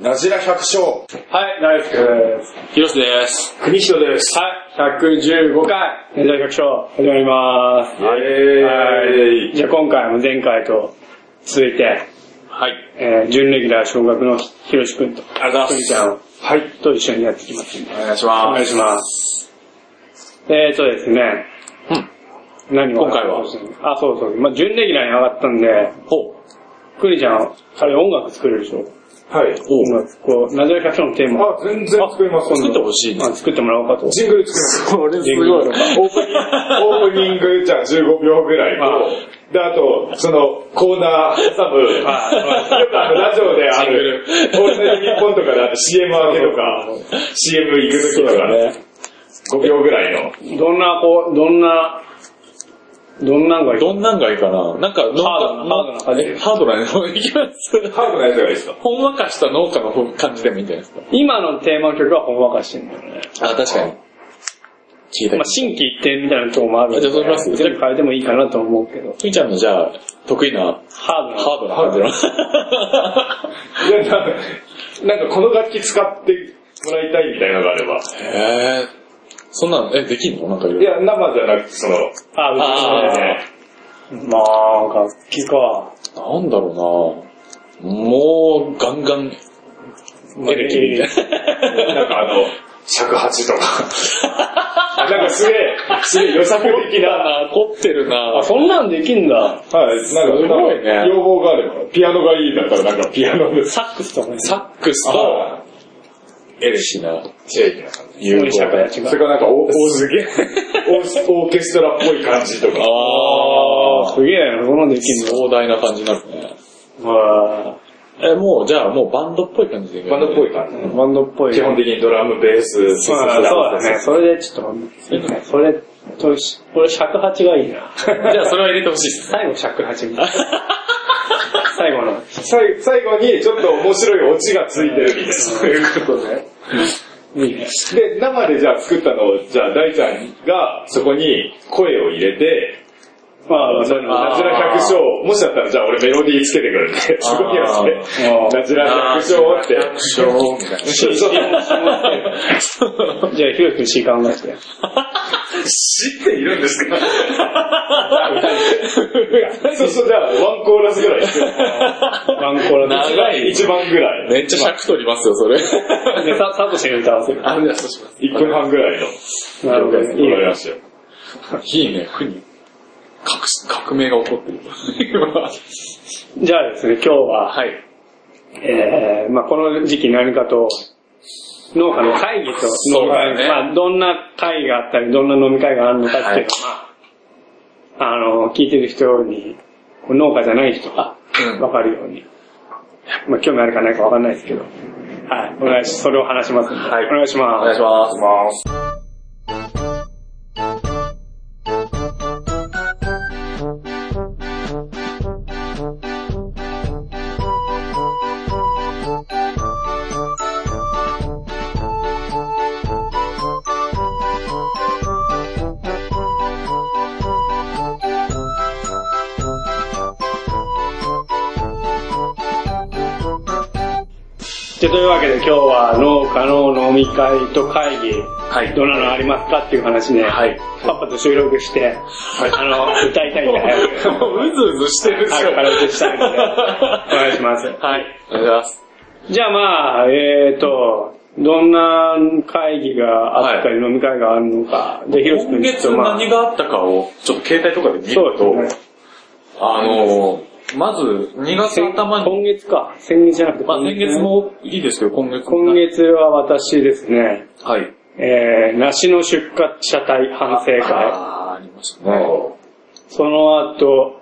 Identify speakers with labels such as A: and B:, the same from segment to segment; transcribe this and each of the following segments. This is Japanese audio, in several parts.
A: なじら百姓。
B: はい、ナイスです。
C: 広瀬です。
B: 国塩です。はい、115回、メジャー百姓、始まります。
A: はい
B: はいじゃあ今回も前回と続いて、
C: はい。
B: えー、準レギュラー小学のひろしくんと、
C: ありがと
B: く
C: うご
B: んち
C: ざ
B: ゃ
C: い
B: ん
C: ま
B: を、はい、と一緒にやっていきますんで。
C: す。お願いし
B: お
C: ま
B: 願いします。えーとですね、
C: うん。
B: 何を
C: 今回は
B: あ、そうそう。まあ準レギュラーに上がったんで、
C: ほう。
B: くにちゃん、あれ音楽作れるでしょ
A: はい。
B: 音楽、こう、なじら百姓のテーマ。
A: あ、全然作ります。
C: 作ってほしいね
B: ま。あ作ってもらおうかと。
A: ジングル作ります。これ
B: すごい
A: オープニング、オープニングじゃあ15秒ぐらい
B: あ
A: と、で、あと、その、コーナー挟む、よく
B: ああ
A: あの、ラジオである、オールナイトニッポンとかである CM 明けとか、CM 行く時とか、
C: ね。
A: 5秒ぐらいの。
B: どんな、こう、どんな、どんなんがいい
C: どんなんがいいかななんか、農家
B: ハードなハードな感じ
C: えハードなのいきます。
A: ハードなやつがいいですか
C: ほんわかした農家の感じでもいいんじゃないです
B: 今のテーマ曲はほんわかしてんだよね。
C: か。あ、確かに。聞いた
B: まあ、新規一点みたいなとこもあるんで。
C: じゃあそうします
B: 全部変えてもいいかなと思うけど。
C: くみちゃんのじゃあ、得意な、
B: ハード
C: ハードな感じ
A: いや
C: の。
A: ななんかこの楽器使ってもらいたいみたいなのがあれば。
C: へぇー。そんなの、え、できんのなんかいろ
A: い
C: いろ。
A: や、生じゃなくて、その、
B: ハード
C: あー
B: ね。まあ、楽器か。
C: なんだろうなもう、ガンガン、エレキみたいな。
A: なんかあの、尺八と か。なんかすげえ、すげえ予作的な。
C: あ、凝ってる な
B: あ、そんなんできんだ。
A: はい、なんか
C: すごいね
A: 要望があれば、ピアノがいいんだったらなんかピアノで。
B: サックスとかね。
C: サックスと、
A: ああ、
C: エレキな、
A: シェイキな感じ。
C: 有効
B: 社会違
A: それ
B: う。
A: からなんかオー、すげえ、オースオーケストラっぽい感じとか。
C: あ
B: あー、すげえな、そんなんできんだ。
C: 壮大な感じになるね。
B: ま
C: え、もう、じゃあ、もうバンドっぽい感じでいく。
A: バンドっぽい感
B: あ、バンドっぽい。
A: じ。基本
B: 的
A: 的にドラム、ベース、
B: そうだね。それでちょっと、それとし、俺尺八がいい な。
C: じゃあ、それは入れてほしいですね。
B: 最後尺八 みたいな。最後の。
A: 最最後にちょっと面白いオチがついてるみたいな。そういうことね。
B: いいね。
A: で、生でじゃあ作ったのを、じゃあ大ちゃんがそこに声を入れて、
B: まあ、そ
A: な
B: ういうの
A: なじら百姓、もしだったらじゃあ俺メロディーつけてくるんで、そこにはですね、
B: もう
A: なじら百姓って。
C: 百姓みたいな。
A: そうそう
B: じゃあ、ひろきくん C 考えして。
A: 知っているんですか そうそう、じゃあワンコーラスぐらい必
B: ワンコーラ
C: 長
A: 要。
C: い。
A: 一番ぐらい。
C: めっちゃ尺取りますよ、それ。
B: ス。で、さ、サトシに歌わせる。
C: あ、じゃあ、そうしま
A: 1分半ぐらいの。
B: なるほど。いい
A: わかり
B: ね
A: ま。したよ。
C: す。いいね、ふに。革革命が起こってる。今
B: じゃあですね、今日は、
C: はい。
B: えー、まあこの時期何かと、農家の会議と、
C: そうだね
B: まあどんな会があったり、どんな飲み会があるのかっていうのは、まあ、あの、聞いてる人に、農家じゃない人が
C: うん
B: わかるように、まあ興味あるかないかわかんないですけど、はい、お願いし、それを話しますんで。
C: はい
B: お願いし
C: お願
B: ま
C: い
B: す
C: し。ます。
B: で、というわけで今日は農家の飲み会と会議、
C: はい
B: どんなのありますかっていう話で、
C: はい
B: パパと収録して、あの、歌いたいんで早く。
C: もう、うずうずしてるっ
B: はい、カラオケしたいので、お願いします。
C: はい。お願いします。
B: じゃあまあ、えーと、どんな会議があったり、飲み会があるのか、で、ひろし
C: 今
B: 君に
C: 月
B: まあ、
C: 何があったかを、ちょっと携帯とかで見
B: そう
C: る
B: です
C: と、
B: ね。
C: あのー、まず、2月
B: 先
C: 頭に、
B: 今月か。先月じゃなくて、
C: まあ先月
B: ね。
C: もいいですけど、今月も
B: 今。月は私ですね、
C: はい。
B: えー、梨の出荷者対反省会。
C: あーありましたね。
B: その後、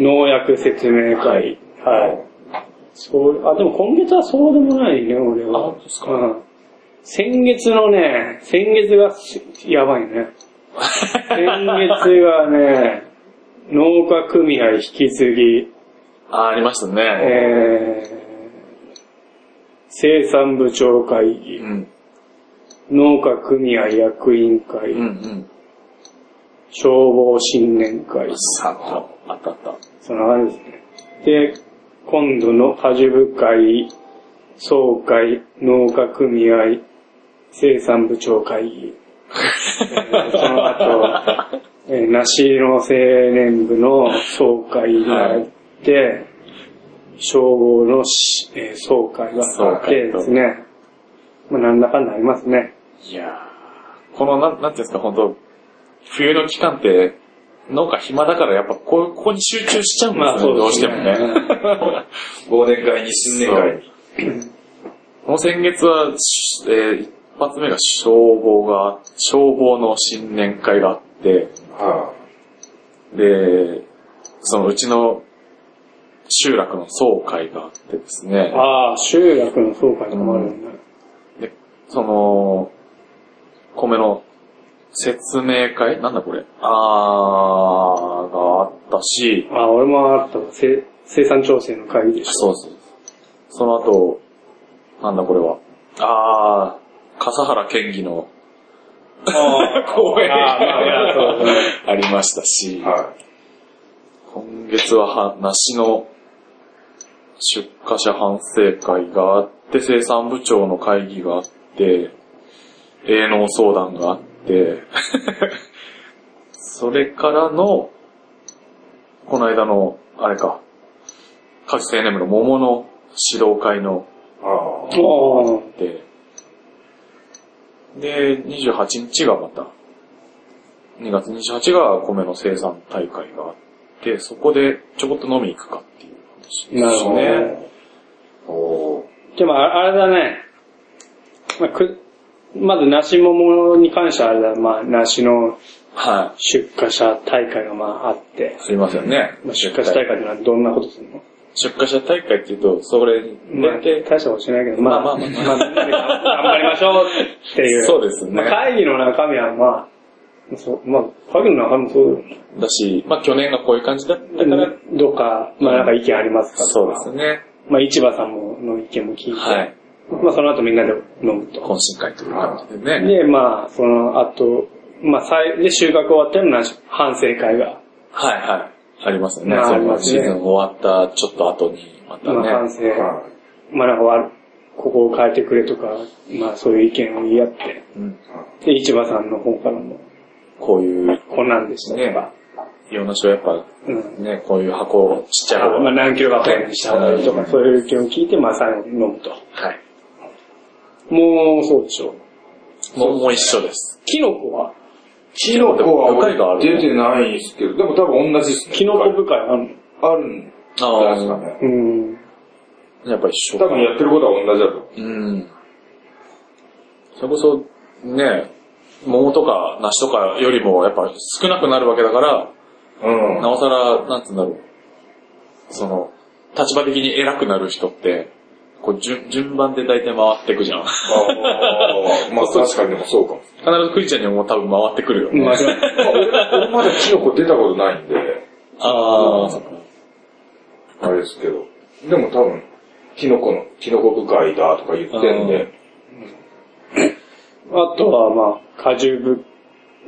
B: 農薬説明会。はい。そう、あ、でも今月はそうでもないね、俺は。
C: あ本当ですか
B: うん。先月のね、先月がしやばい ね。先月がね、農家組合引き継ぎ、
C: あーありましたね。
B: えー、生産部長会
C: う
B: 議、
C: ん。
B: 農家組合役員会、
C: うんうん。
B: 消防新年会、
C: さあ、あったあった。
B: そのあれですね。で、今度の果樹部会、総会、農家組合、生産部長会議、えーその後、えー梨の青年部の総会があって、消防のし、えー総会があってですね、まあ、なんだかんだありますね。
C: いやーこの、なん、なんていうんですか、本当冬の期間って、農家暇だからやっぱこう、ここに集中しちゃうんですよ、
B: まあそう
C: どう
B: です
C: して
B: ね
C: もね。
A: 忘年会に新年会に。
C: もう先月は、しえー一発目が消防が、消防の新年会があって、
A: は
C: で、そのうちの集落の総会があってですね、
B: ああ、集落の総会とかもあるんだ。
C: その、米の説明会なんだこれあー、があったし、
B: ああ、俺もあったわせ生産調整の会議でし
C: そうそう。その後、なんだこれは。あー、笠原県議の
B: た。あ
C: 公演
B: あまあまあそうだね
C: が ありました
A: い。
C: し、
A: は
C: 今月はは梨の出荷者反省会があって、生産部長の会議があって、 営農相談があって、それからの、この間の、あれか、各青年部の桃の指導会の
A: い。は
B: あー
C: で、で、28日がまた、2月28日が米の生産大会があって、そこでちょこっと飲みに行くかっていう話ですね。
B: なるほどね
A: あ。お
B: でもああれだね。まあ、くまず梨桃に関してはあれだ。まあ、梨の
C: は
B: 出荷者大会がまああって
C: い。。すいませんね。
B: まあ、出荷者大会ってのはどんなことするの
C: 出荷者大会っていうと、それに
B: まあ、
C: 出て、
B: 大したことしないけど、まあ、
C: まあまあまあ
B: まあ頑張りましょうっていう。
C: そうですね
B: まあ、会議の中身はまあ、そう、まあ、会議の中身もそう
C: だし、まあ去年がこういう感じだった
B: だ
C: か、
B: からら、どうか、まあなんか意見ありますかとか
C: そうですね。
B: まあ、市場さんもの意見も聞いて、
C: はい。
B: まあ、その後みんなで飲むと。
C: 懇親会という感じでね。
B: で、まあ、その後、まあ、最で、収穫終わったような反省会が、
C: はいはい。ありますよね。
B: まあ
C: そ
B: あり
C: の
B: ます
C: シ
B: ね
C: ーズン終わったちょっと後に、また
B: まあ、反
C: ね。
B: 省、
A: は
B: まあ、なんかわ、ここを変えてくれとか、まあ、そういう意見を言い合って、
C: うん
B: で、市場さんの方からも、
C: こういう、
B: こんなんでしたとか、
C: いろんな人がやっぱ
B: うん。
C: ね、こういう箱をちっちゃい箱。
B: まあ、何キロかこうにした方がいいとか、そういう意見を聞いて、まあ、最後に飲むと。
C: はい。
B: もう、そうでしょう。
C: もうもう一緒です。
B: キノコは
A: キノコ
C: 深いがあ
A: は
C: る
A: 出てないですけど、でも多分同じですね。
B: キノコ部会ある
A: あるん
C: あ
A: ですかね。
B: のうん。
C: やっぱ一緒
A: 多分やってることは同じだと。
C: うん。それこそ、ね、桃とか梨とかよりもやっぱ少なくなるわけだから、
A: うん。
C: なおさら、なんつうんだろう。その、立場的に偉くなる人って、こう順順番で大体回ってくじゃん。 必
A: あ ーまあ確かにでもそうかも。
C: ずクリちゃんにも多分回ってくるよね。
B: ま
A: ま
B: あ、
A: あ俺 俺まだキノコ出たことないんで、
C: ああ、そっか
A: あれですけど。でも多分、キノコの、キノコ部会だとか言ってんで、
B: あとは、まあ、果汁部、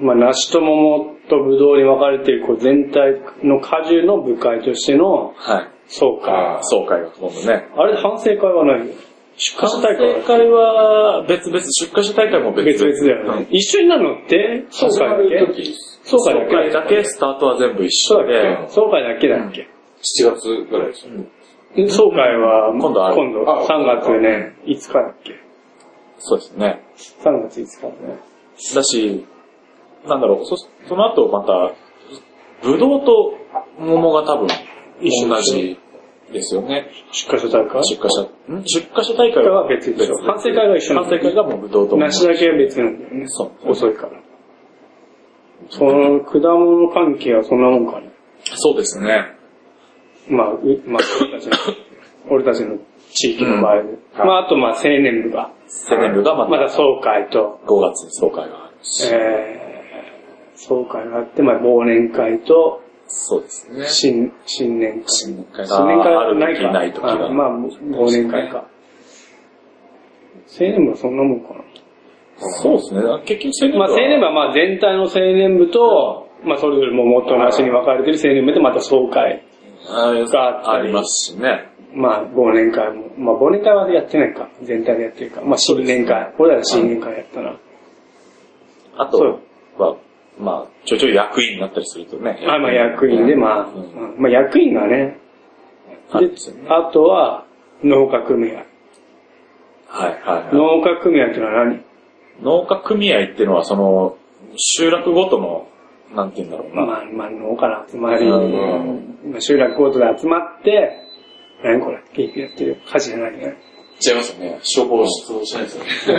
B: まあ、梨と桃とぶどうに分かれている、こう、全体の果汁の部会としての
C: はい。
B: 総会。
A: あ
C: 総会が今度ね。
B: あれ、反省会はないよ。出荷
C: 出
B: 者大
C: 荷
B: 会は
C: 会は別々、出荷者大会も別
B: 別
C: 々。
B: 々だよね。一緒になるのって、総
A: 始
B: 会
A: ま
B: だ
A: る
B: け
A: 時、
B: 総
C: 総
B: 会だ
C: 会
B: け
C: だけ、スタートは全部一
B: そうだ
C: 緒で
B: っ、け総会だけだっけ
A: 7月ぐらいですよね。
B: 総会は、
C: 今度ある
B: 今度、
A: あ
B: 3月ね、5日だっけ
C: そうですね。
B: ?3 月5日だね。
C: だし、なんだろう、そその後また、ぶどうと桃が多分
B: 一緒
C: 同じですよね。
B: 出荷者大会
C: 出荷者、ん出荷者大会
B: 会
C: は
B: は別でしょ
C: 別
B: 反省会は一緒な
C: 反
B: の
C: 省会がもうぶどうと桃。
B: 梨だけは別なんだよね。
C: そう。
B: 遅いから。その果物関係はそんなもんかね。
C: そうですね。
B: まあ、うまあ、俺たちの、俺たちの地域の場合で。まあ、あとまあ、青年部が。
C: セネルがま
B: ま
C: た
B: だ総会と、
C: 5月に総会があるし。
B: えー、総会があって、まあ、忘年会と、
C: そうですね。
B: 新、新年会。
C: 新年会
B: 新年会
C: が
B: は
C: ある
B: ない
C: 時
B: か。
C: ない時が。
B: あまあ、忘年会か。青年部はそんなもんかな。
C: そうですね。結局セネル
B: ま
C: は
B: あ、青年部はまあ、全体の青年部と、まあ、それぞれ桃と梨に分かれてる青年部で、また総会。
C: あ
B: があったり
C: ありますしね。
B: まあ、忘年会も、まあ、忘年会はやってないか、全体でやってるか。まあ、新年会、俺ら新年会やったな。
C: あ
B: そう
C: とは、まあ、ちょいちょい役員になったりするとね。
B: あ、まあ、役員で、まあ、
C: うん
B: うんまあ、役員がね、
C: はい
B: で、あとは、農家組合。
C: はいはいはい。
B: 農家組合ってのは何
C: 農家組合ってのは、その、集落ごとの、なんて言うんだろうな。
B: まあ、まあ、農家の集まり、
C: うん
B: まあ集落ごとで集まって、何これ、ケーキやってる火事じゃないよね。
C: 違いますよね。消防出動しないです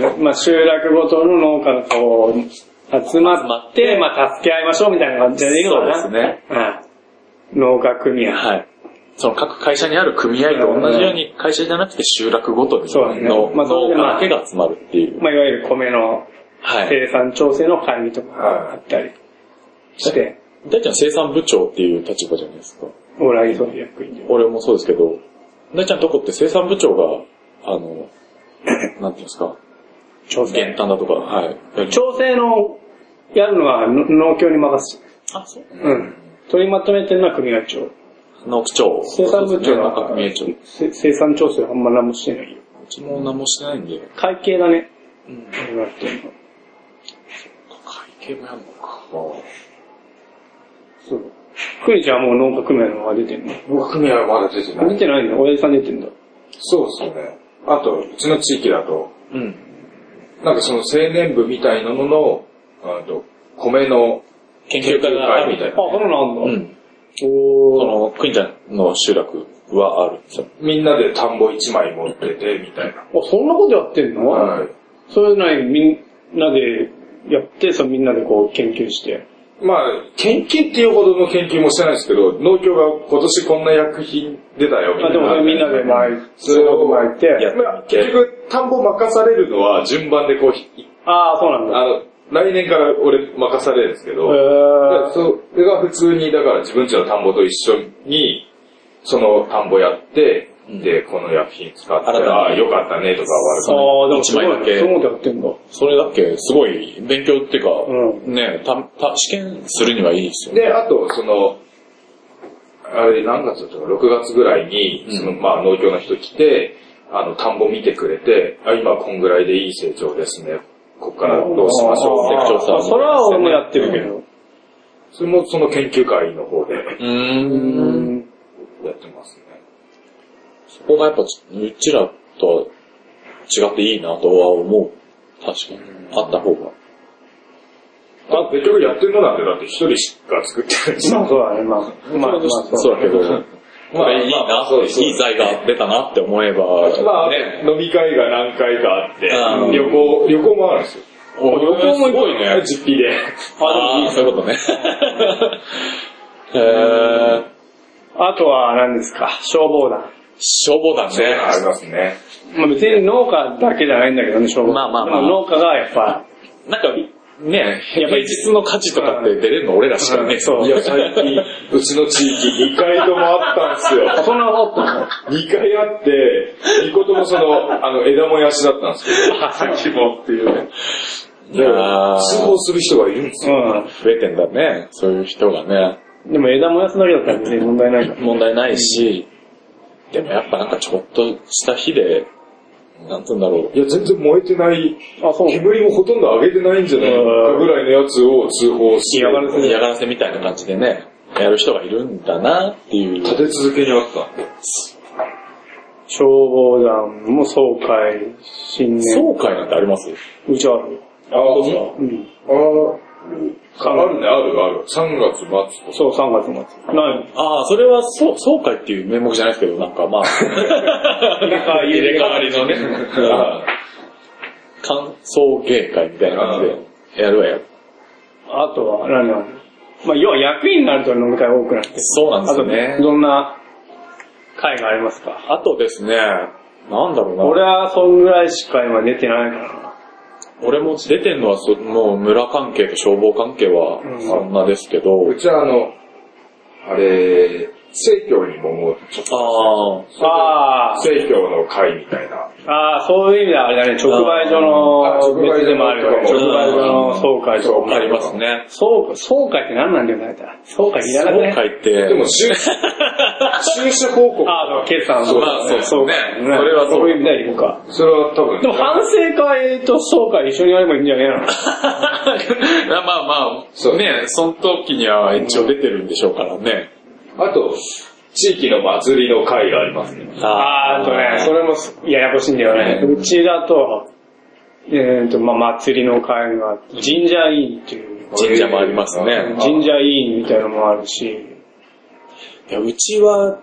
C: よね。
B: まあ、集落ごとの農家がこう、集まって、まあ、助け合いましょうみたいな感じでいいのかな。
C: そうですね。
B: うん。農家組合。
C: はい。その各会社にある組合と同じように、会社じゃなくて集落ごとに
B: そうだね
C: の
B: まあ
C: 農家だけが集まるっていう。
B: まあ、いわゆる米の
C: はい。
B: 生産調整の会議とかがあったりして、
C: 大ちゃん生産部長っていう立場じゃないですか。
B: オーライソリ役員で。
C: 俺もそうですけど、大ちゃんとこって生産部長が、あ の、なんていうんですか、
B: 調
C: 減
B: 整。
C: 反だとか、はい。
B: 調整の、やるのはの農協に任す。
C: あ、そう
B: うん。取りまとめてるのは組合長。
C: 農区長。
B: 生産部長
C: なん
B: は
C: か組合長。う
B: せ生産調整はあんま何もしてないよ。
C: ちも何もしてないんで、
B: 会計だね。
C: うん
B: 言われてるの。
C: 会計もやるのか。
B: そう。クニちゃんはもう農家組合の方が出てんの
A: 僕組合はまだ出てな
B: 出
A: い。
B: てないの親父さん出てんだ。
A: そうですね。あと、うちの地域だと、
C: うん。
A: なんかその青年部みたいなのの、あと、米の
C: 研究会があるみたい
B: あ、
C: な。
B: そんなのあ
C: うん
B: だ。
C: ん。
B: お
C: こ
B: ー。
C: の、クインちゃんの集落はあるんですよ。
A: みんなで田んぼ一枚持ってて、みたいな。
B: あ、そんなことやってんの
A: はい。
B: それなりにみんなでやって、そのみんなでこう研究して。
A: まあ、研究っていうほどの研究もしてないですけど、農協が今年こんな薬品出たよみ
B: あ、
A: たい
B: で
A: な。
B: もそれみんなで巻い
A: それを
B: 巻いて。
C: や
A: まあ、結局、田んぼ任されるのは順番でこう、ひ
B: ああ、そうなんだ。
A: あの、来年から俺任されるんですけど、だから
B: へ
A: それが普通に、だから自分ちの田んぼと一緒に、その田んぼやって、
C: うん
A: で、この薬品使った
C: 新たに
A: ら、ああ、よかったねとか悪
B: ー。
A: かっ
B: ああ、でもすごい
C: 一枚だけ
B: ね。そういうことやってんだ。
C: それだけ、すごい勉強っていうか、
B: う
C: ねたた、試験するにはいいです
A: た。
C: よね。
A: で、あと、その、あれ何月だったか、6月ぐらいに
C: う、ん
A: その、まあ農協の人来て、あの、田んぼ見てくれて、あ、今こんぐらいでいい成長ですね。こっからどうしましょう
C: あ
A: っ
C: ー
A: て。
C: 調査
B: あそれは俺もやってるけど。
A: それもその研究会の方で
C: うーん。
B: ん。
A: やってますね。
C: そこがやっぱ、うちらとは違っていいなとは思う。確かに。あった方が。
A: まあ結局やってるのなんてだって一人しか作ってないし。
B: まあそうだね、まあ。まあ、まあ
C: そうだけど、
A: まあ
C: まあ、いい
A: ま
C: な
A: あそうで
C: って、
A: す
C: いい財が出たなって思えば、
A: まあ、
C: ね、
A: 飲み会が何回かあって
C: うん、
A: 旅行、旅行もあるんですよ。
C: お旅行も行こうよね。
A: 実費で。
C: ああ、そういうことね。 へえ
B: あとは何ですか、消防団。
C: 消防団ね。
A: ありますね。
B: まあ別に農家だけじゃないんだけどね、消防団。
C: まあまあまあ
B: でも農家がやっぱ、
C: なんか、ね、平日の家事とかって出れるの俺らしかねえ
B: そう
A: いや、最近、うちの地域2回ともあったんですよ。
B: そんなことあっ
A: 2回あって、2個ともその、あの、枝もやしだったんですけど、さっきもっていうね。で
C: あー
A: 通報する人がいるんです
B: た
A: よ。
B: の
C: 増えてんだね、そういう人がね。
B: うん。でも枝燃やすだけだったら別に問題ないから。
C: 問題ないし、でもやっぱなんかちょっとした火で、なんつうんだろう。
A: いや、全然燃えてない、
B: あ、そう。
A: 煙もほとんど上げてないんじゃないかぐらいのやつを通報して、
B: 嫌がらせ
C: 嫌がらせみたいな感じでね、やる人がいるんだなっていう。
A: 立て続けにあったんで。
B: 消防団も総会、新年。
C: 総会なんてあります
B: うちはあるよ。
A: ああ、
B: うん。
A: ああ、あるね、あるある。3月末と
B: そう、3月末。ない。
C: ああ、それは総総会っていう名目じゃないですけど、なんかまあ、
B: なんか
C: 入れ替わ
B: る。
C: りのね、感想芸会みたいな感じでやるわよ。
B: あとは、何なのまあ、要は役員になると飲み会多くなって。
C: そうなんで
B: あ
C: す
B: と
C: よね
B: ね、。どんな会がありますか
C: あとですね、なんだろうな。
B: 俺はそんぐらいしか今出てないか
C: 俺も出てんのはそ、もう村関係と消防関係は
B: うん
C: そんなですけど、
A: うちはあの、あれ、生協にももうちょっと、
C: あ
B: あ
A: 生協の会みたいな。
B: あ、ああ、そういう意味ではあれだね、直売所
A: あ直
B: の
A: 売所
B: 別でもあるよね。
A: と
B: 直
A: かも
B: 売所の総会と
A: うん
B: かも
A: そ
C: あ、
A: う
C: ありますね。
B: 総会、総会って何なんだよ、大体。総会いらなく
C: 今
B: ね。
C: 回って、
A: でも、収収支報告。
B: ああ、でも決算
C: そうまあそう
B: 総会
C: ねそれはそう
B: そういう意味ではいるか。
A: それは多分。
B: でも反省会と総会一緒にやればいいんじゃねえの
C: まあまあ、
A: そう
C: ね、その時には一応出てるんでしょうからね。
A: あと、地域の祭りの会がありますね。
B: あーあとね、それもすややこしいんだよね。
C: う
B: うちだと、えっ、と、まあ祭りの会が、神社委員っていう、
C: 神社もありますね。
B: 神社委員みたいなのもあるし、
C: いやうちは、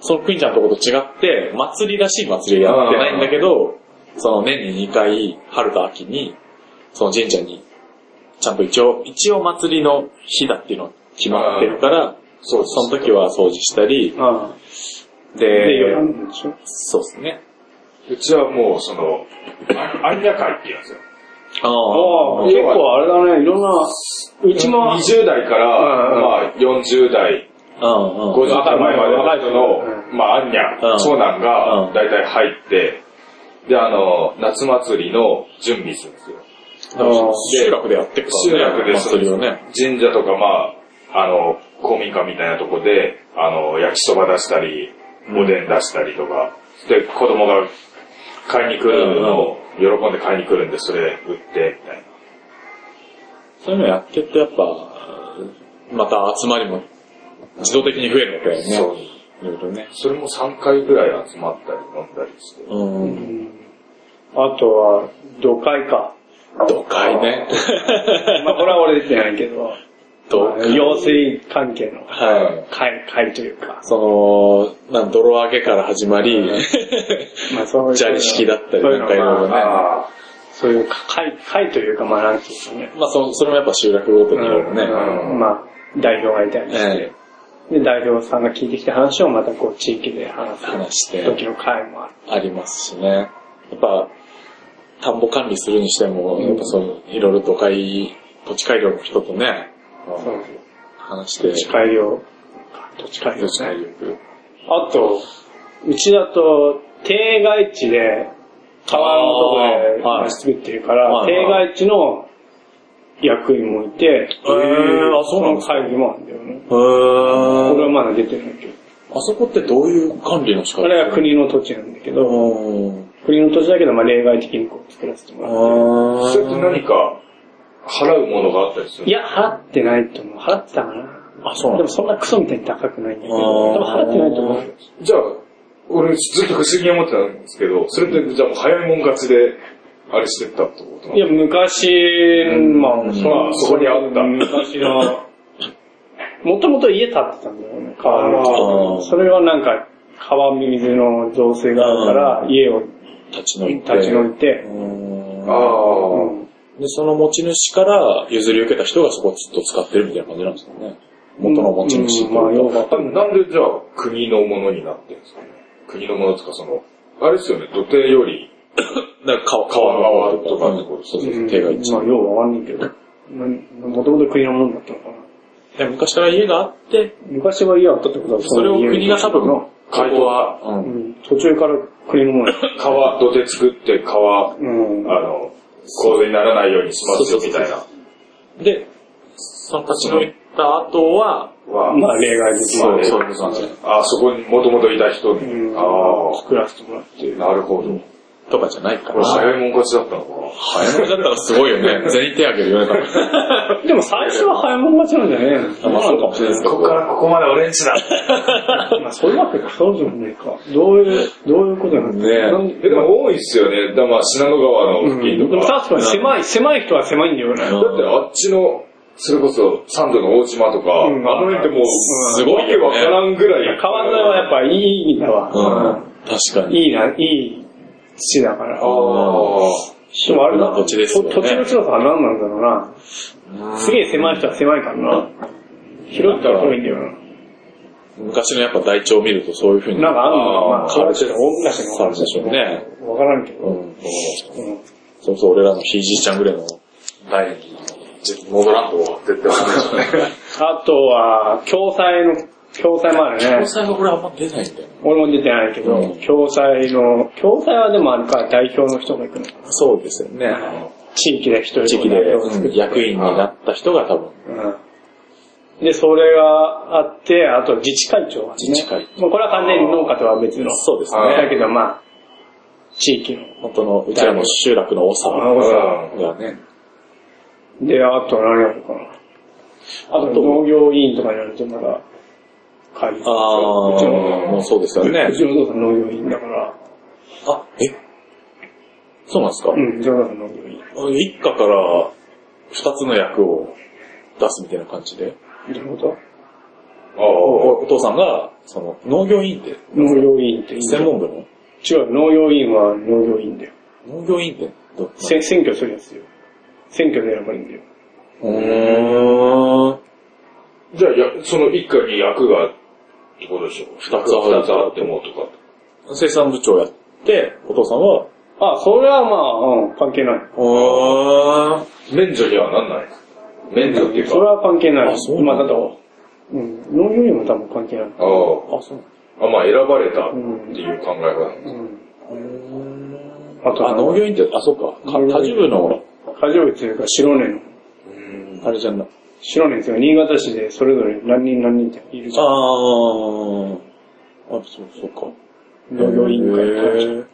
C: そのクインちゃんのとこと違って、祭りらしい祭りやってないんだけど、その年に2回、春と秋に、その神社に、ちゃんと一応、一応祭りの日だっていうのは決まってるから、
A: そうです
C: その時は掃除したり、
B: あで、
C: で、
B: なんでしょ
C: そうですね。
A: うちはもう、その、あ有田会って言うんですよ。
C: あ
B: ああ、
C: あ
B: 結構あれだね、いろんな、うちも、
A: 20代か
B: うんう
A: ら、
B: ん
A: まあ、40代、
C: うんうん
A: 50代前までの人
B: 若い
A: の、
B: 人
A: まあ、アンニ
C: う
A: ャ
C: ん、
A: 長男
C: う
A: が
C: ん、
A: 大体入って、で、あの、夏祭りの準備するんですよ。
B: ああ
C: 集落でやってる
A: 集
C: からね。
A: 落で
C: 祭りをね。
A: 神社とか、まあ、あの、公民館みたいなとこで、あの、焼きそば出したり、おでん出したりとか、で、子供が買いに来るのを、喜んで買いに来るんで、それ売って、みたいな。
C: そういうのやってるとやっぱ、また集まりも自動的に増えるわけだよね。
A: そう。
C: いろいろね。
A: それも3回ぐらい集まったり飲んだりして。
C: う。
B: うんんあとは、土会か。
C: 都会ね。
B: まあこれは俺出てないけど、
C: 都会。
B: 用水関係の
C: はい。
B: 会、会というか、
C: その、なん泥揚げから始 まり、
B: まあそういう。
C: 砂利式だったり
B: そういうの
C: なんかいろいろね
B: まあそういう会、会というか、まあなんていうかね。
C: まあそ、それもやっぱ集落ごとにいろいろね。
A: うん
B: まあ、代表がいたりして、
C: ええ
B: で、代表さんが聞いてきた話をまたこう、地域で話
C: 話し
B: す
C: て
B: 時の会もある。
C: ありますしね。やっぱ、田んぼ管理するにしても、
B: うん
C: やっぱそう、いろいろ都会、土地改良の人とね、
B: そう
C: 話して、
B: 土地改良、土地改良
C: 土地改良
B: あと、うちだと、定外地で、川のとこで
C: あーはい
B: まあ作ってるから、
C: はい
B: 定外地の役員もいて、
C: ーあそうな
B: の
C: んですか
B: 会議もあるんだよね。
C: へー
B: 俺はまだ出てないけど。
C: あそこってどういう管理の仕方
B: あれは国の土地なんだけど、
C: の。
B: 国の土地だけど、まあ例外的にこう作らせても
C: あ
B: らって。
C: ー
A: それって何か払うものがあったりする
B: いや、払ってないと思う。払ってたかな。
C: あそうなん
B: で
C: だ
B: もそんなクソみたいに高くないんだけど、
C: あー
B: でも払ってないと思う。
A: じゃあ、俺ずっと不思議に思ってたんですけど、それってじゃあもう早いもん勝ちで、あれしてったってことない
B: や、昔、まあ、
C: うん
A: まあそこにあった
B: 昔の、もともと家建ってたんだよね、川
C: あー
B: の。それはなんか、川水の増水があるから、家を
C: 立ち退いて。
B: 立ち退いて、
C: うーん
A: の
B: うん
C: で、その持ち主から譲り受けた人がそこをずっと使ってるみたいな感じなんですかね。元の持ち主
B: うんまあ、よくわか
A: 多
B: ん
A: 分
B: ない。
A: なんでじゃあ国のものになってるんですかね国のものですかその、あれですよね、土手より、
C: だから川、川のとか
A: 川の川
C: とか
A: とか
C: そう
B: う
C: そうん手が一
B: まあ、ようわかんないけど。もともと国のもんだったのかな。
C: で昔から家があって、
B: 昔は家あったってことは、
C: それを国が多分、ここ
A: 海道は、
C: は、う、
B: うんん途中から国のもんだった。
A: 川、土手作って川、あ
B: うん。
A: の、洪水にならないようにしますよみたいな。
C: で、その立ち退いた後は、
A: は
B: まあ、例外的
C: そ
B: に
C: う、そういうことなんですよ。
A: あそこにもともといた人に。
B: うん
A: あ
B: 作らせてもらって。
A: あ、なるほど。
C: とかじゃないか
A: これ
C: ら。
A: 早いもん勝ちだったのかな
C: 早めだったらすごいよね。全員手挙げるよね、多分。
B: でも最初は早いもん勝ちなんじゃねえの
C: まあそうかもしれないですけど。
A: ここからここまで俺んちだ。
B: まあそういうわけか、そうじゃねえか。どういう、どういうことなんだろう
C: ね
B: なん
A: え、でも多いっすよね。だからまあ、信濃川の
B: うん
A: 付近
B: で
A: と
B: も
A: か。だ
B: 確かに狭い、狭い人は狭いんだよね。
C: うん
A: ってあっちの、それこそ、三度の大島とか、
B: うん
A: あの辺ってもう、
B: す
C: ごいよ
A: わ
C: ね
A: けわからんぐらい。
B: 川沿いはやっぱいいんだ
C: うん
B: わ。。
C: 確かに。
B: いいな、いい土だから。
A: ああ。
B: でもあれだ、
C: 土地ですよね
B: と土地の強さは何なんだろうな。すげえ狭い人は狭いからな。広い人は広いんだよ
C: 昔のやっぱ台帳を見るとそういう風
B: な。
C: に。
B: なんかあんの
A: あ
B: まあ、
A: ー
B: カルチャーと音楽の
C: あるでしょうね。
B: わからんけど。
C: うん。
B: うん
C: そうそう、俺らのひいじいちゃんぐらいの代に、戻らんとは。
A: 絶対わかんない。
B: あとは、共済の共済もあるね
C: 共。済がこれあんま出ないんだよね。
B: 俺も出てないけど
C: うん、
B: 共済の、共済はでもあれか、代表の人が行くのかな。
C: そうですよね。
B: 地域で一人
C: 地域で
B: 代表を作って
C: 役員になった人が多分、
B: うんで、それがあって、あと自治会長がね。
C: 自治会
B: もうこれは完全に農家とは別の。
C: そうですね
A: あー
B: だけどまあ、地域の。
C: 本当の、うちらの集落の多さ
B: あのさ
C: がね、
B: で、あと何やるかな。あと農業委員とかになるとまだ、会議する
C: ああ、
B: うちの、
C: もうそうですよね
B: う。ちのお父さん農業委員だから、
C: あ、えそうなんですか、
B: うん、うちのお父さん農業委員。
C: あ一家から二つの役を出すみたいな感じで。
B: どういうこと
A: あ
C: おお父さんが、その、農業委員って、
B: 農業委員って
C: 専門部の
B: 違う、農業委員は農業委員だよ。
C: 農業委員ってどっ
B: せ選挙するやつよ。選挙で選ばれるんだよ。
C: うーん。
A: あ。じゃあ、やその一家に役が、ってことでしょ二
C: つある
A: つあってもとか。
C: 生産部長やって、お父さんは、
B: あ、それはまあ、うん、関係ない。
C: あー
A: 免除にはなんない。免除っていう
B: それ
A: か、
B: は関係ない。
C: あそう
B: ま
C: な
B: あ、
C: ん
B: だ
C: だ
B: と、うん、農業にも多分関係ない。
A: ああ
C: あ、そう
A: あ、まあ選ばれたっていう考え方なんです
B: うん。
C: なん
B: あと、
C: あ、農業委員って、あ、そっか。か
B: 農業委員
C: 果樹部の、
B: 果樹部というか、白根の。
C: あれじゃんな。
B: 白根ですよ。新潟市でそれぞれ何人何人っているじ
C: あ
B: ゃん。
C: ー。あ、そう、そっか。
B: 農業委員会とか
C: へ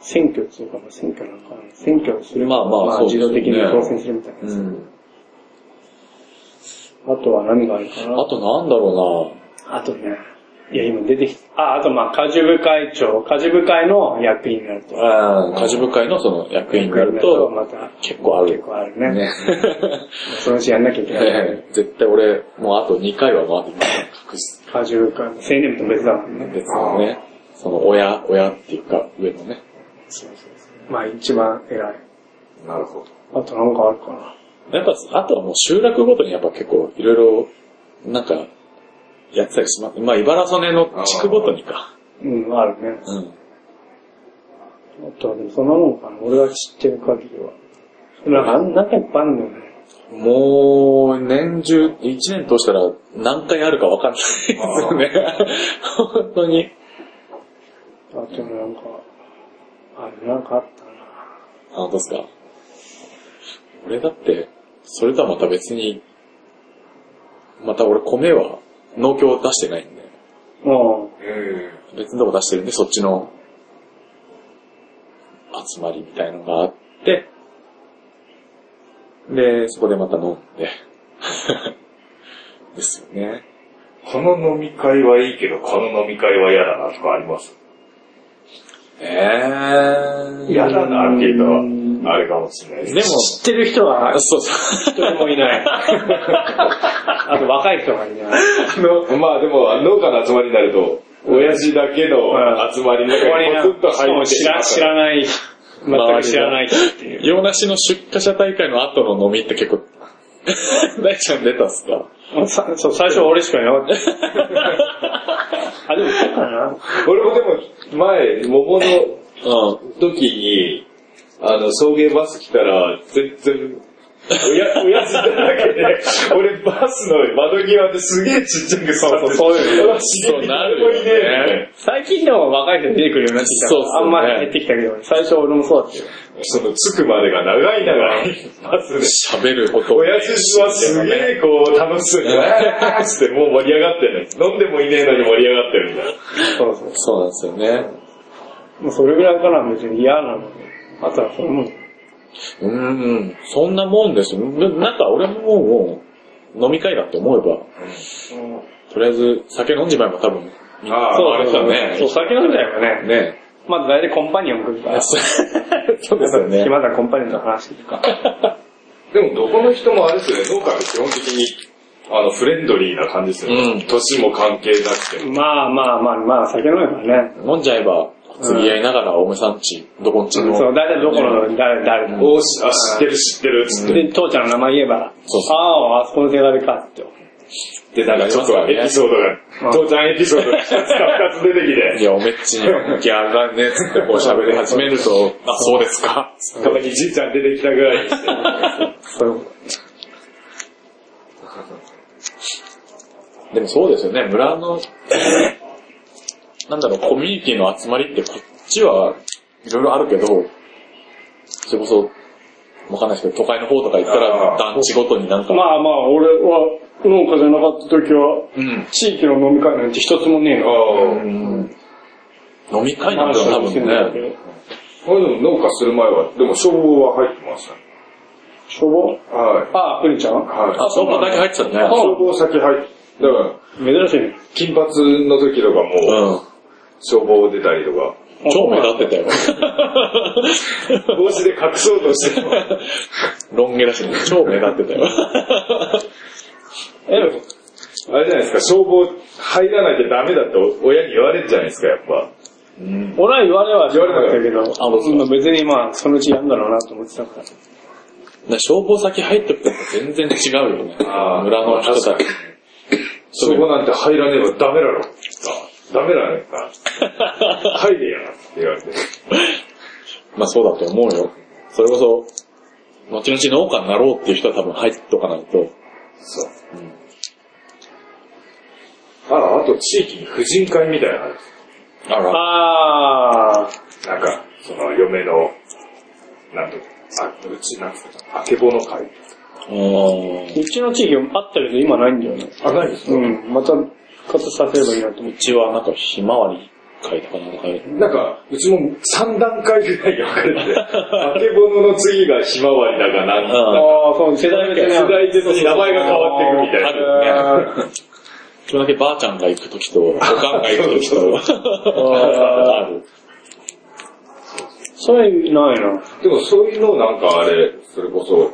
B: 選挙っていうか、まあ選挙なんかな、選挙をする。
C: まあまあそうで
B: 自
C: すよ
B: 動
C: ね
B: 的に当選するみたいな
C: ー
B: や
C: う
B: つ。
C: ん。
B: あとは何があるかな
C: あとなんだろ
B: あとね、いや今出てきた。あ、あとまあ、果樹部会長、果樹部会の役員になる
C: う
B: と。
C: なうん。果樹部会のその役員になると、
B: また、
C: 結構ある
B: 結。構あるね。
C: ね。
B: そのうちやんなきゃいけない。
C: 絶対俺、もうあと2回は回ってくる。確実。
B: 果樹部会、青年部と別だもんね。
C: 別のね、その親、親っていうか、上のね。
B: まあ一番偉い。
A: なるほど。
B: あとなんかあるかな。
C: やっぱ、あとはもう集落ごとにやっぱ結構いろいろ、なんか、やってたりします。まあ、茨曽根の地区ごとにか。
B: うん、あるね。
C: うん。
B: あとはでもそんなもんかな。俺が知ってる限りは。なんかあん、なんかいっぱいあるんだよね。
C: もう、年中、1年通したら何回あるかわかんないですよね。本当に。
B: あとなんか、あれなんかあったな。
C: あ、本当ですか。俺だって、それとはまた別に、また俺米は農協出してないんで、
B: うん。
A: うん。
C: 別のとこ出してるんで、そっちの集まりみたいのがあって、で、そこでまた飲んで。 ですよね。
A: この飲み会はいいけど、この飲み会は嫌だなとかあります。
C: えー。
A: 嫌だなっていう
B: うん
A: と、あれかもしれない
C: で
A: で
C: も
A: す。、
B: 知ってる人は
C: あ、そうそう。
B: 一人もい ない。あと若い人がいない。
A: まあでも、農家の集まりになると、親父だけの集まりの中にポツッと
B: しか
A: 入っ
B: も
A: て
B: 知ら知らない、全く知らない人っていう。
C: 洋梨の出荷者大会の後の飲みって結構、 大ちゃん出たっすか
B: さそう、最初俺しかいなか った。あ、でもそうかな。
A: 俺もでも、前、桃の
C: うん。
A: 時に、あの、送迎バス来たら、全然、親、 親父だらけで、俺バスの窓際ですげえちっちゃく座って
B: そうそうそういうの
A: そう
C: なる
A: よね
C: よ
B: 最近でも若い人出てくるようになってきたから
C: そうっすよね
B: あんまり減ってきたけど、最初俺もそうだったよ。
A: その、着くまでが長い長いバスで。
C: 喋ることを
A: 親父はすげえこう楽しそうに、あーっつってもう盛り上がってるのに飲んでもいねえのに盛り上がってるみたいな。
B: そうそう。
C: そうなんですよね。
B: もうそれぐらいから別に嫌なので。あとはそれも、
C: うーん、そんなもんですよ。ななんか俺ももう、飲み会だって思えば、とりあえず酒飲んじまえば多分、みんな
A: あー
C: そう
A: あれ
C: だ
A: だ
C: ね
A: ね。
B: そう、酒飲んじゃえばね。
C: ね。
B: まず大体コンパニオン来るから。
C: そうですよね。
B: まだコンパニオンの話とか。
A: でもどこの人もあれですよね、農家って基本的に、あの、フレンドリーな感じですよね。
C: うん
A: 年も関係なくても。
B: まあまあまあまあ、酒飲めばね。
C: 飲んじゃえば、釣り合いながらお梅さんち、どこんち
B: そ
C: の。
B: う、大体どこの誰、誰も。
A: おーし、あ、知ってる知ってるっつって。
B: で、父ちゃんの名前言えば、
C: そうそう
B: ああ、あそこの手紙かって。
A: で、なんかちょっとエピソード
B: うん
A: が、父ちゃんエピソードが2つか2つ出てき
C: い
A: て、
C: や、おめっちに、ギャだね、つってこう喋り始めると、 あ、そうですか。
A: たまにじいちゃん出てきたぐらいにして。
B: そう。
C: でもそうですよね、村の、なんだろう、コミュニティの集まりってこっちはいろいろあるけど、それこそ、わかんないですけど、都会の方とか行った
A: あ
C: ら
A: ー
C: 団地ごとになんか、
B: まあまあ、俺は農家じゃなかった時は、
C: うん。
B: 地域の飲み会なんて一つもねえ
A: あ
B: の。
A: あ、
C: 飲み会なんだよ、多分ね。
A: こういうの農家する前は、でも消防は入ってましたね。
B: 消防
A: はい。
B: あ、プリンちゃん
A: はい。
C: あ、そこだけ入ってたね。
A: 消防先入って、だから、
B: 珍しいね。
A: 金髪の時とかも、
C: うん。
A: 消防出たりと か、
C: 超目立ってたよ。
A: 帽子で隠そうとしても、
C: ロン毛だし、超目立って たよ。
A: え、でもあれじゃないですか、消防入らなきゃダメだって親に言われるじゃないですか、やっぱ。
C: うん。
B: 俺は言われはしなかったけど、
C: あそうそう
B: まあ別にまあ、そのうちやんだろうなと思ってたから。
C: 消防先入ってくと全然違うよね。
A: あー
C: 村の人たち。
A: 消防なんて入らねえばダメだろ。ダメだね。入れやなって言われて。
C: まあそうだと思うよ。それこそ、後々農家になろうっていう人は多分入っとかないと。
A: そう。あら、あと地域に婦人会みたいなのあるんです
C: あら。
B: あ
A: なんか、その嫁の、なんと、あ、うちなんつうか、あけぼの会。
C: うー
B: ー、
C: ん。
B: うちの地域もあったけど今ないんだよね。
A: あ、ないですか、
B: うん、また復活させればいいなと思っ
C: うちはなんかひまわり会とかなんか入る。
A: なんか、うちも3段階ぐらいに分かれ てて、あけぼのの次がひまわりだがなん
B: て。
C: うん。
B: ああ、そう、世代別
A: 世
B: にある。
A: 代別に名前が変わっていくみたいな。
C: あるね。それだけばあちゃんが行くときと、おかんが行くときと、ある。
B: そういうのないな。
A: でもそういうのをなんかあれ、それこそ、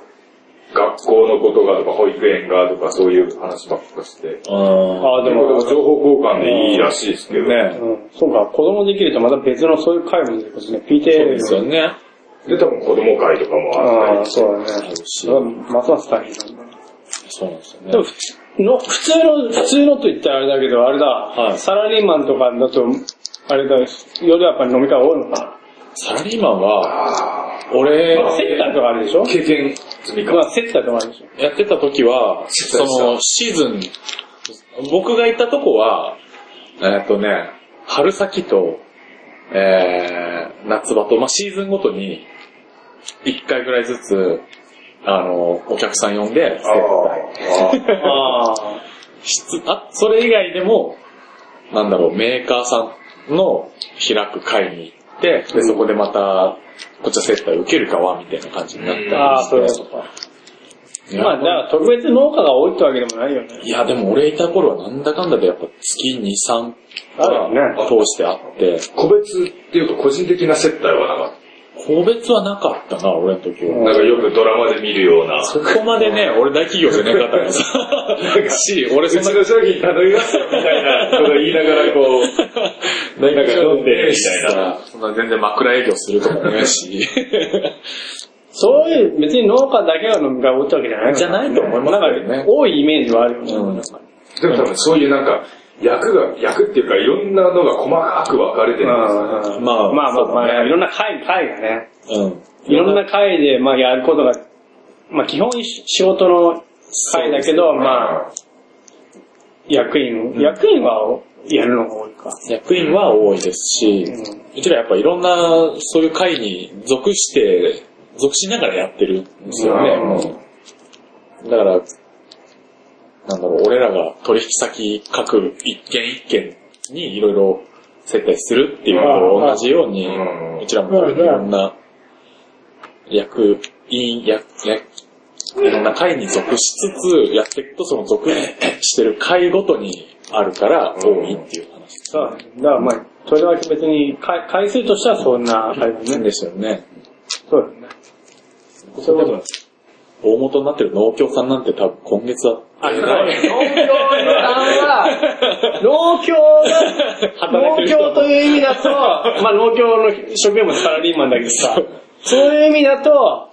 A: 学校のことがとか保育園がとかそういう話ばっかして、
C: あ
B: ああ、でも、
A: 情報交換でいいらしいですけど、
C: ね
B: うん、そうか、子供できるとまた別のそういう会も出てくるしね。
C: そう
B: PTA
C: ですよね。
A: で、多分子供会とかもあった
B: ああ、
A: り、
B: そうだね。
C: し
B: だからますます大変なんだ。
C: そうなんですよね。
B: でも、ふつの、普通の、普通のと言ったらあれだけど、あれだ、
C: はい
B: サラリーマンとかだと、あれだ、よりやっぱり飲み会多いのか
C: サラリーマンは、
A: あ
C: 俺
B: な。、まあ、接待とかあるでしょ
A: あ、経験済みか。
B: まあ、接待とかあるでしょ
C: やってた時は、
A: 失
C: そ
A: 敗した
C: の、シーズン、僕が行ったとこは、えっとね、春先と、えー、夏場と、まあ、シーズンごとに、1回ぐらいずつ、あの、お客さん呼んで、接待
A: ああ。
B: ああ。
C: 質あ、それ以外でも、なんだろう、メーカーさんの開く会に行って、で、そこでまた、こっちは接待を受ける側みたいな感じになったりして。
B: ああ、そういうことか。まあ、じゃあ、特別農家が多いってわけでもないよね。
C: いや、でも俺いた頃はなんだかんだでやっぱ月2、3
B: あるよね
C: は通してあって、
A: 個別っていうか個人的な接待はなかっ
C: 個別はなかったな、俺の時
A: た。
C: は。
A: なんかよくドラマで見るよう な。
C: そこまでね、俺大企業じゃなかったから さ。し、俺
A: うち
C: そん
A: の
C: な
A: 商品頼みますよみたいなこと言いながらこう、
C: 大
A: なんか飲んでみ
C: した
A: いな。
C: そんな全然枕営業するとかもない し。
B: そういう、別に農家だけが飲み会多いってわけじゃない
C: じゃないと思いますけどね
B: なんか、多いイメージはあるよね。
C: うん
A: でも多分そういうなんか、役が、役っていうかいろんなのが細かく分かれてるんですよね。
B: まあ
C: ま
B: まあまあ
C: あ
B: ま
C: そう
B: あ、
C: ね
B: いろんな会、会がね、
C: うん。
B: いろんな会で、まあ、やることが、まあ、基本仕事の会だけど、まあ、
A: あ、
B: 役員、
C: ん
B: 役員はやるのが多いか。
C: 役員は多いですし、うちらやっぱいろんな、そういう会に属して、属しながらやってるんですよね。だから、なんだろう、俺らが取引先各一件一件にいろいろ接待するっていうのと同じように、
A: うん
C: うちらもいろんな役員、役、役いろんな会に属しつつ、やっていくとその属してる会ごとにあるから多いっていう話
B: そうだね。だからまあ、とりわけ別に回、回数としてはそんな、あれだね。
C: ですよね。
B: そうだね。そういうことだ。
C: 大元になってる農協さんなんて多分今月は、
B: あ、そうだね。農協さんは、農協が、農
C: 働いてる人も
B: 協という意味だと、まあ農協の職員もサラリーマンだけどさ、そういう意味だと、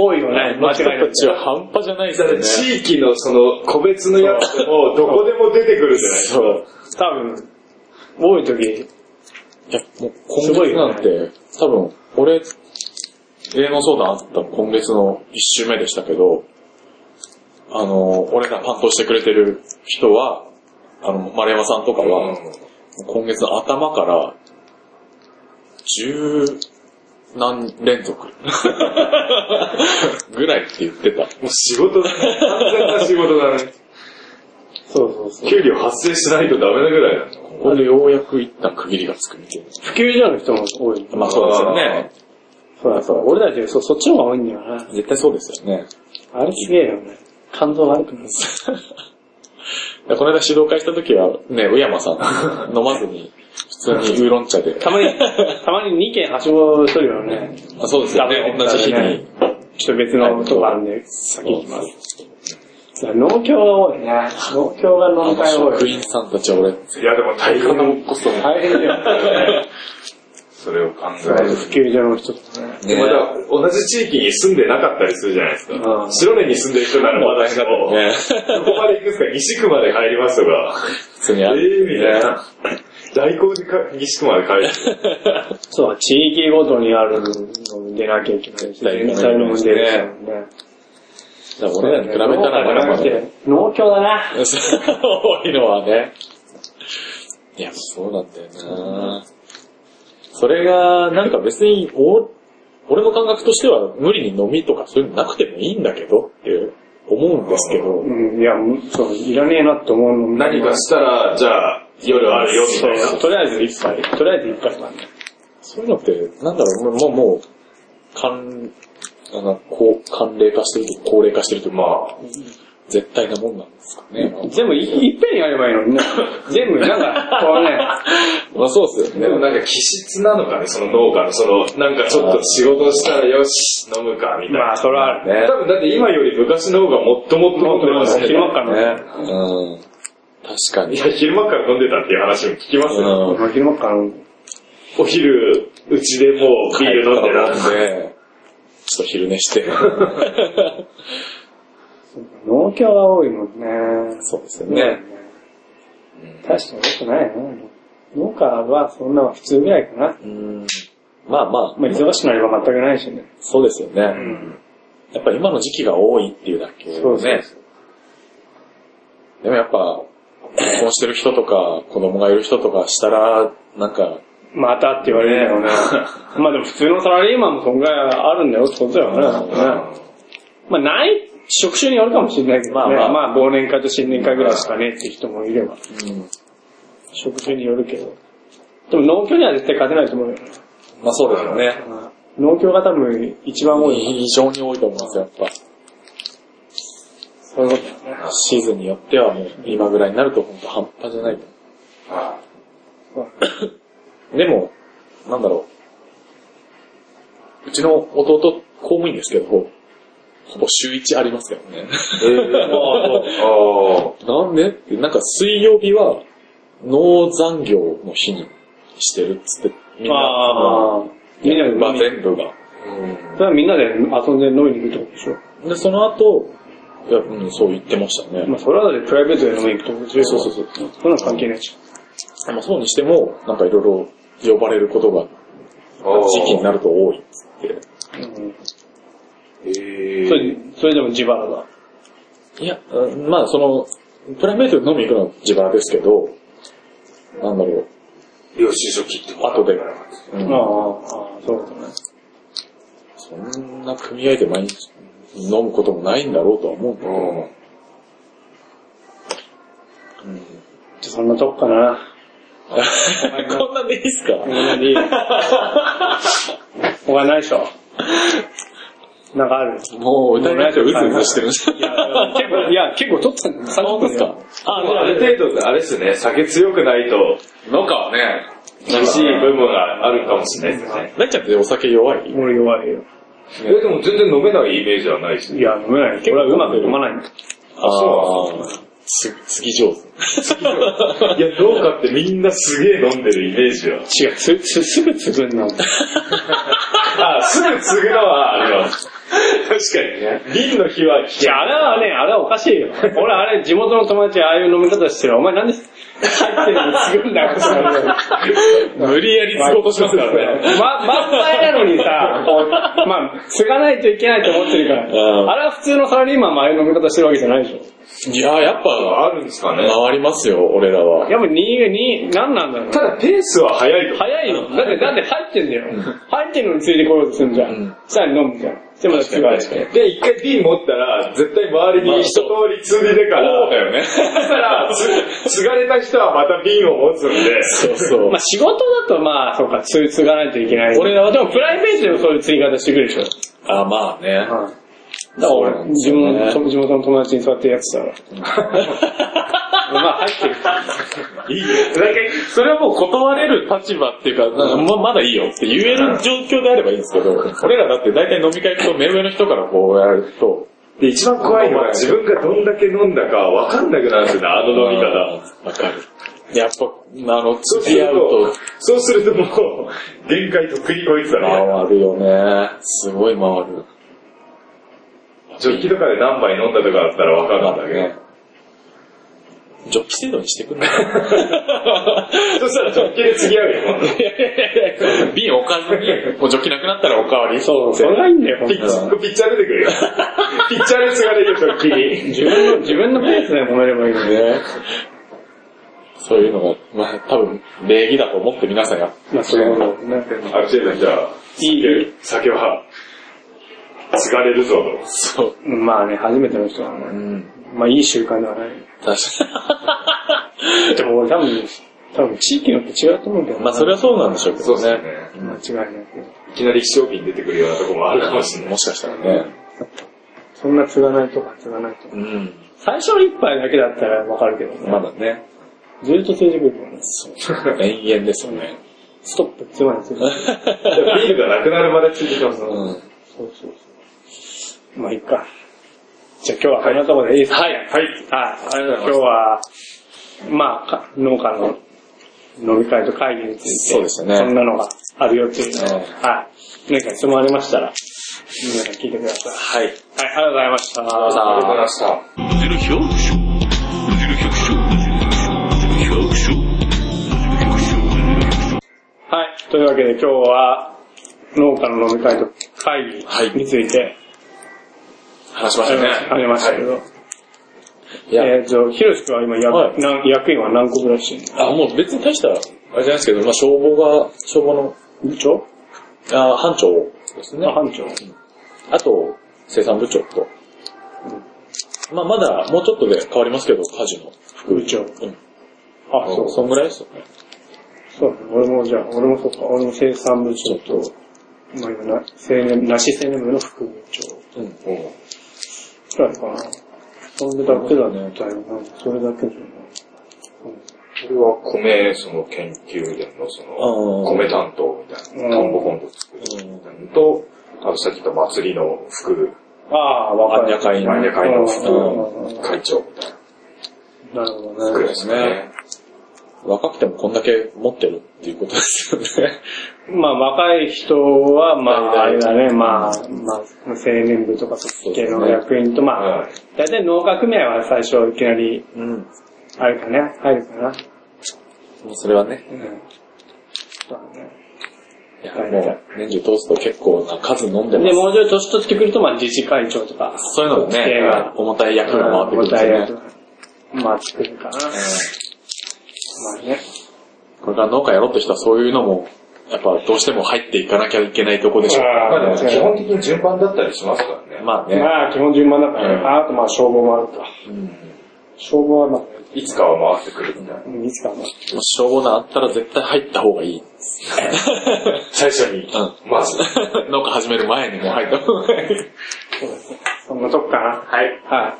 B: 多いよね。間
C: 間
B: 違い
C: 違
B: ないく
C: た。ちは半端じゃないですよね。
A: 地域のその個別のやつもどこでも出てくるじゃないですか。
C: そう。
B: 多分、多い時、
C: いや、もう今月なんて、多分、俺、芸能相談あったの今月の1週目でしたけど、あの、俺ら担当してくれてる人は、あの、丸山さんとかは、今月の頭から、十何連続ぐらいって言ってた。
A: もう仕事だ、完全な仕事だね。
B: そうそうそう。
A: 給料発生しないとダメなぐらいなんだ
C: これでようやく一旦区切りがつくみたい
B: 普及所の人も多い。
C: な。まあそうですよね。
B: そうだそうだ。俺たちそ、そっちの方が多いんだよな。
C: 絶対そうですよね。
B: あれすげえよね。感動が悪くなる。
C: でこの間指導会した時は、ね、宇山さん、飲 まずに、普通にウーロン茶で。
B: たまに、たまに2軒はしご取るよね。
C: あそうですよね、同じ日に。
B: ちょっと別のとこあるんで、先行きます。
C: す。
B: 農協が多いね。農協が
C: あ
B: 飲み会
C: の
B: 多
C: 職
B: い。
C: 員さんたちは俺、
A: いやでも大変なもこそ、
B: 大変だよ。
A: それを考え
B: そう
A: る
B: 普及所の人とかね。
A: でまた、同じ地域に住んでなかったりするじゃないですか。
B: うん
A: 白根に住んでる人ならまだしも、
C: ね、
A: どこまで行くんですか西区まで入りますとか、
C: 普通に
A: え
C: ある。
A: ーみたいな。大工でか西区まで帰る。
B: そうだ、地域ごとにあるの出なきゃいけないし、全体の出るからね。
C: だから俺らに比べたらまだまだ。
B: 農協だな。
C: 多いのはね。いや、そうなんだよなそれが、なんか別に、お、俺の感覚としては無理に飲みとかそういうのなくてもいいんだけどって思うんですけど
B: う、ん、いや、そう、いらねえなって思うのも
A: 何かしたら、じゃあ、夜あるよみたいな。
B: そうとりあえず一杯、とりあえず一杯まで。
C: そういうのって、なんだろう、もう、もう、関、あの、こう、寒冷化してるとか高齢化してるとか、
A: まあ、
C: 絶対なもんなんですかね。
B: 全部いいっぺんにやればいい のにね。全部、なんか、こ うね、
C: まあそうです
A: で
C: よ
A: も
C: ね。
A: なんか気質なのかね、その農家の、その、なんかちょっと仕事したらよし、飲むか、みたいな。
B: まあ、それはあるね。
C: ね
A: 多分だって今より昔の方がもっともっと飲んでましたね
B: 昼間っからね。
C: うん。確か
A: い
C: に。
A: や、昼間から飲んでたっていう話も聞きますよ。
C: うん。
B: 昼間っから、
A: お昼、うちでもうビール飲んでな。
C: で、ちょっと昼寝して。
B: 農協が多いもんね。
C: そうですよ
B: ね。確かに良くないよね。農家はそんなの普通ぐらいかな。
C: うん。まあまあ、
B: まあ、忙しくなれば全くないしね。
C: そうですよね。
A: うん
C: やっぱ今の時期が多いっていうだけ、ね。
B: そうそう
C: でもやっぱ、結婚してる人とか、子供がいる人とかしたら、なんか、
B: またって言われるよ ね。まあでも普通のサラリーマンもそんぐらいあるんだよってことだよね。まあない職種によるかもしれないけどね。ま
C: ま
B: あ
C: あ
B: ま
C: ま
B: あ
C: あ、
B: 忘年会と新年会ぐらいしかねえって人もいれば。職種によるけど。でも農協には絶対勝てないと思うよね。
C: まあそうですよね。
B: 農協が多分一番多い。
C: 非常に多いと思います、やっぱ。
B: そういうことだよね。
C: シーズンによってはもう今ぐらいになると本当半端じゃない。
A: は
C: でも、なんだろう。うちの弟、公務員ですけど、ほぼ週1ありますけどね。
A: いえー、
C: なんでって、なんか水曜日は、農残業の日にしてるっつって、みんな、
B: ああ。みんなで
C: まあ全部が。
B: それはみんなで遊んで飲みに行くってことでしょ。
C: で、その後、いや、うん、そう言ってましたね。
B: まあ、それはだってプライベートで飲みに行くってことでしょ。
C: そうそうそう。
B: そんなの関係ないじ
C: まあそうにしても、なんかいろいろ呼ばれることが、
A: あー
C: 時期になると多いっつって。
B: ゃん。うん。
A: えー
B: それ、それでも自腹だ。
C: いや、うんまあその、プライベートで飲み行くのは自腹ですけど、なんだろ
A: 領収書切ってもらう
C: 後でう、
B: あ
C: う
B: あ
C: ん、
B: ああ、そうだね。
C: そんな組合で毎日飲むこともないんだろうとは思うけ
A: う
C: ど、
A: ん。
B: じゃあそんなとこかな。
C: こんなんでいいっすか
B: こんな に。他ないでしょ。なんかある。
C: もう歌いながらうずうずしてるんです
B: いや、結構、いや、結構取ってたんです
C: 本当ですかあ
A: ある程度、あれですね、酒強くないと、
C: 農家はね、
A: 厳しい部分があるかもしれないですね。
C: なっちゃんってお酒弱い
B: 俺弱いよ。
A: えー、でも全然飲めないイメージはないし
B: い。や、飲めない。俺はうまく飲まないんだ。
C: あ
A: そう
C: あ、す、次上手。
A: いや、農家ってみんなすげえ飲んでるイメージは。
B: 違う、す、す、すぐつぐんな。
A: あ、すぐ継ぐのはあります。
D: 確かに。ビンの日は、
B: いや、あれはね、あれはおかしいよ。俺、あれ、地元の友達ああいう飲み方してる。お前なんで入ってるのすぐんだよ。
D: 無理やり継ごうとしますからね。
B: ま、真っ前なのにさ、こうまあ、継がないといけないと思ってるから。
C: うん
B: あれは普通のサラリーマンもああいう飲み方してるわけじゃないでしょ。
C: いや、やっぱ、
A: あるんですかね。
C: 回りますよ、俺らは。
B: やっぱ2、2、何なんだろう。
A: ただペースは早いと。
B: 早いよ。だって、だって入ってんだよ。入ってんのについてこようとするんじゃ
C: うん
B: ん。さらに飲むじゃん。でも、
C: 確かに確かに
A: で、一回瓶持ったら、絶対周りに一通り積んでから、
C: そうだよね。
A: そしたら、つ継がれた人はまた瓶を持つんで、
C: そうそう
B: まあ。仕事だとまあ、そうか、つ継がないといけない。
C: 俺らは
B: でもプライベートでもそういう継ぎ方してくるでしょ。
C: あ、まあね。
B: だから
C: そうなん
B: 俺、
C: で
B: 自
C: すよね
B: 分の地元の友達にそうやってやってた から。まあ入ってる。
C: いいよ。だけそれはもう断れる立場っていうか、なんかままだいいよって言える状況であればいいんですけど、俺らだって大体飲み会行くと目上の人からこうやると、
A: で一番怖いのは自分がどんだけ飲んだかわかんなくなるんですよね、あの飲み方。
C: わかる。やっぱ、あの、
A: そう
C: 付
A: す
C: き
A: る
C: 合う
A: と
C: と、
A: そうするともう、限界とっくに超えてたね。
C: 回るよね。すごい回る。
A: ジョッキとかで何杯飲んだとかだったらわかるんだけど。。
C: ジョッキ制度にしてくんない
A: そしたらジョッキで次合うよ。
C: 瓶置かずに、もうジョッキなくなったらおかわり。
B: そう、それがいいんだよ、ほん
A: ピ
B: と
A: ッチャー、ピッチャー出てくるよ。ピッチャーで継がれるジョッキに。
B: 自分の、自分のペースで飲めればいいのに。
C: ね。そういうのが、まあ多分、礼儀だと思って皆さんや
B: まあ、それも、なんか、
A: ある程度じゃあ、
B: いい、
A: 酒は、継がれるぞと。
C: そう。
B: まあね、初めての人はね、
C: ん。
B: まあいい習慣ではない。
C: 確か
B: でも俺多分、多分地域によって違うと思うけど
C: に。
B: な
C: まあそれはそうなんでしょうけど
A: ね。
C: ね。
B: 間違いないけど。
A: いきなり希少瓶出てくるようなとこもあるかもしれない。
C: もしかしたらね。
B: そんな継がないとか継がないとか。
C: うん。
B: 最初の一杯だけだったらわかるけどね。
C: まだね。
B: ずっと継いでくるからね。
C: 延々ですよね。
B: ストップってまで継いでくる。
A: ビールがなくなるまで続きます。
C: う
B: そうそ
C: ん。
B: うそう。まあいいか。じゃあ今日はこんなところでいいですかはい。はい。ありがとうございます。今日は、まあか、農家の飲み会と会議について、
C: そうですよね
B: こんなのがあるよっていうのを、
C: うん
B: はい。何か質問ありましたら、皆さん聞いてください。
C: はい。
B: はい、ありがとうございました。
C: ありがとうございました。
E: Zero show, zero show, zero show, zero
B: はい。というわけで今日は、農家の飲み会と会議について、
C: 話しま
B: あ
C: した
B: り
C: ね。
B: ありましたけど、
C: いや、
B: えっ、と、ひろしくんは今役、
C: はい
B: なん役員は何個ぐらいしてる
C: あ、もう別に大した、あれじゃないですけど、まあ消防が、消防の、
B: の部長
C: あ班長ですね
B: あ。班長。
C: あと、生産部長と。まあまだ、もうちょっとで変わりますけど、家事の副部長。うん。
B: あ、そう
C: そんぐらいですよね。
B: そう、俺もじゃあ、俺もそうか、俺も生産部長と、まあ今な、青年、なし青年部の副部長
C: うん。
B: くらいかな。それだけだね、
C: そ
B: だよな。それだけだよ
A: これは米、その研究でのその、
C: うん
A: 米担当みたいな、
B: う
A: 田
B: ん
A: んぼコント作るみたいなのと、あとさっき言った祭りの副、
B: な。ああ、わかる。
C: あ会員
A: マニア会の副
B: うん
A: 会長みたいな
B: なるほ
A: く
B: ど
A: らい
B: ね。
A: ですね。
C: 若くてもこんだけ持ってるっていうことですよね。
B: まあ若い人は、まああ
C: 大
B: れ
C: 体
B: だね、まあ、まあ、青年部とかそっち系の役員と、まあ、
A: はい
B: 大体農家組合は最初いきなり、
C: うん。
B: あれかね、入るかな。
C: それはね、
B: うん。そうだね。
C: いやもう年中通すと結構な数飲んでま
B: で、
C: す。
B: もうちょい年取ってくると、まあ自治会長とか、
C: そういうのもね
B: うん、
C: 重たい役が回ってくるんです
B: 答え
C: よ
B: や
C: ね。うん
B: まあ作るかな。まあね。
C: これから農家やろうとしたらそういうのも、やっぱどうしても入っていかなきゃいけないとこでしょうから。
A: まあでも
B: 確かに
A: 基本的に順番だったりしますからね。
C: まあね。
B: まあ基本順番だからね。
C: うん
B: ああとまあ消防もあるか。消防はまあね、
A: いつかは回ってくるみたいな。
B: うんいつかはまあ。
C: もし消防団あったら絶対入った方がいい。
A: 最初に
C: う、
A: まず。
C: 農家始める前にもう入った方がいい。
B: そうですね。そんなとこかな。はい。はい。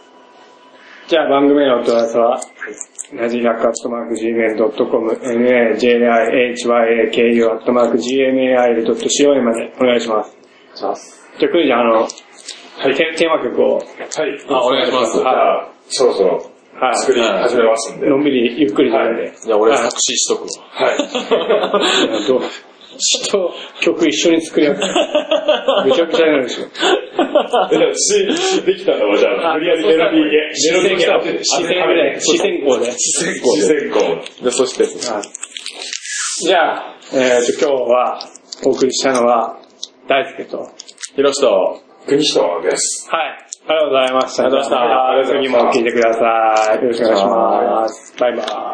B: じゃあ番組へのお問い合わせは、なじらか .gmail.com、najiraku.gmail.co までお願いします。じゃあ、クリちゃん、あの、テテーマ曲を、
A: はい。
C: あお願いします
A: じゃあ、そろそろ
B: はい
A: 作り始めますんで。
B: のんびりゆっくりとやるんで。
C: じゃあ 俺作詞しと くわ。
A: はい。
B: どうちょっと曲一緒に作り合って、めちゃくちゃになるでしょ。
A: しできたのはじゃあ、無理やりメロ ディーゲー。メロディーゲー当てて、
B: 四川ぐらい、四川校で。
A: 四川校。四川校。
C: で、そして、
B: じゃあ、えーと、今日はお送りしたのは、大輔と。はい。
C: 平下、
A: 国人です。
B: ありがとうございました。
C: ありがとうご
B: じゃあ
C: ざいました
B: 次も聞いてください。よろしくお願いします。バイバイ。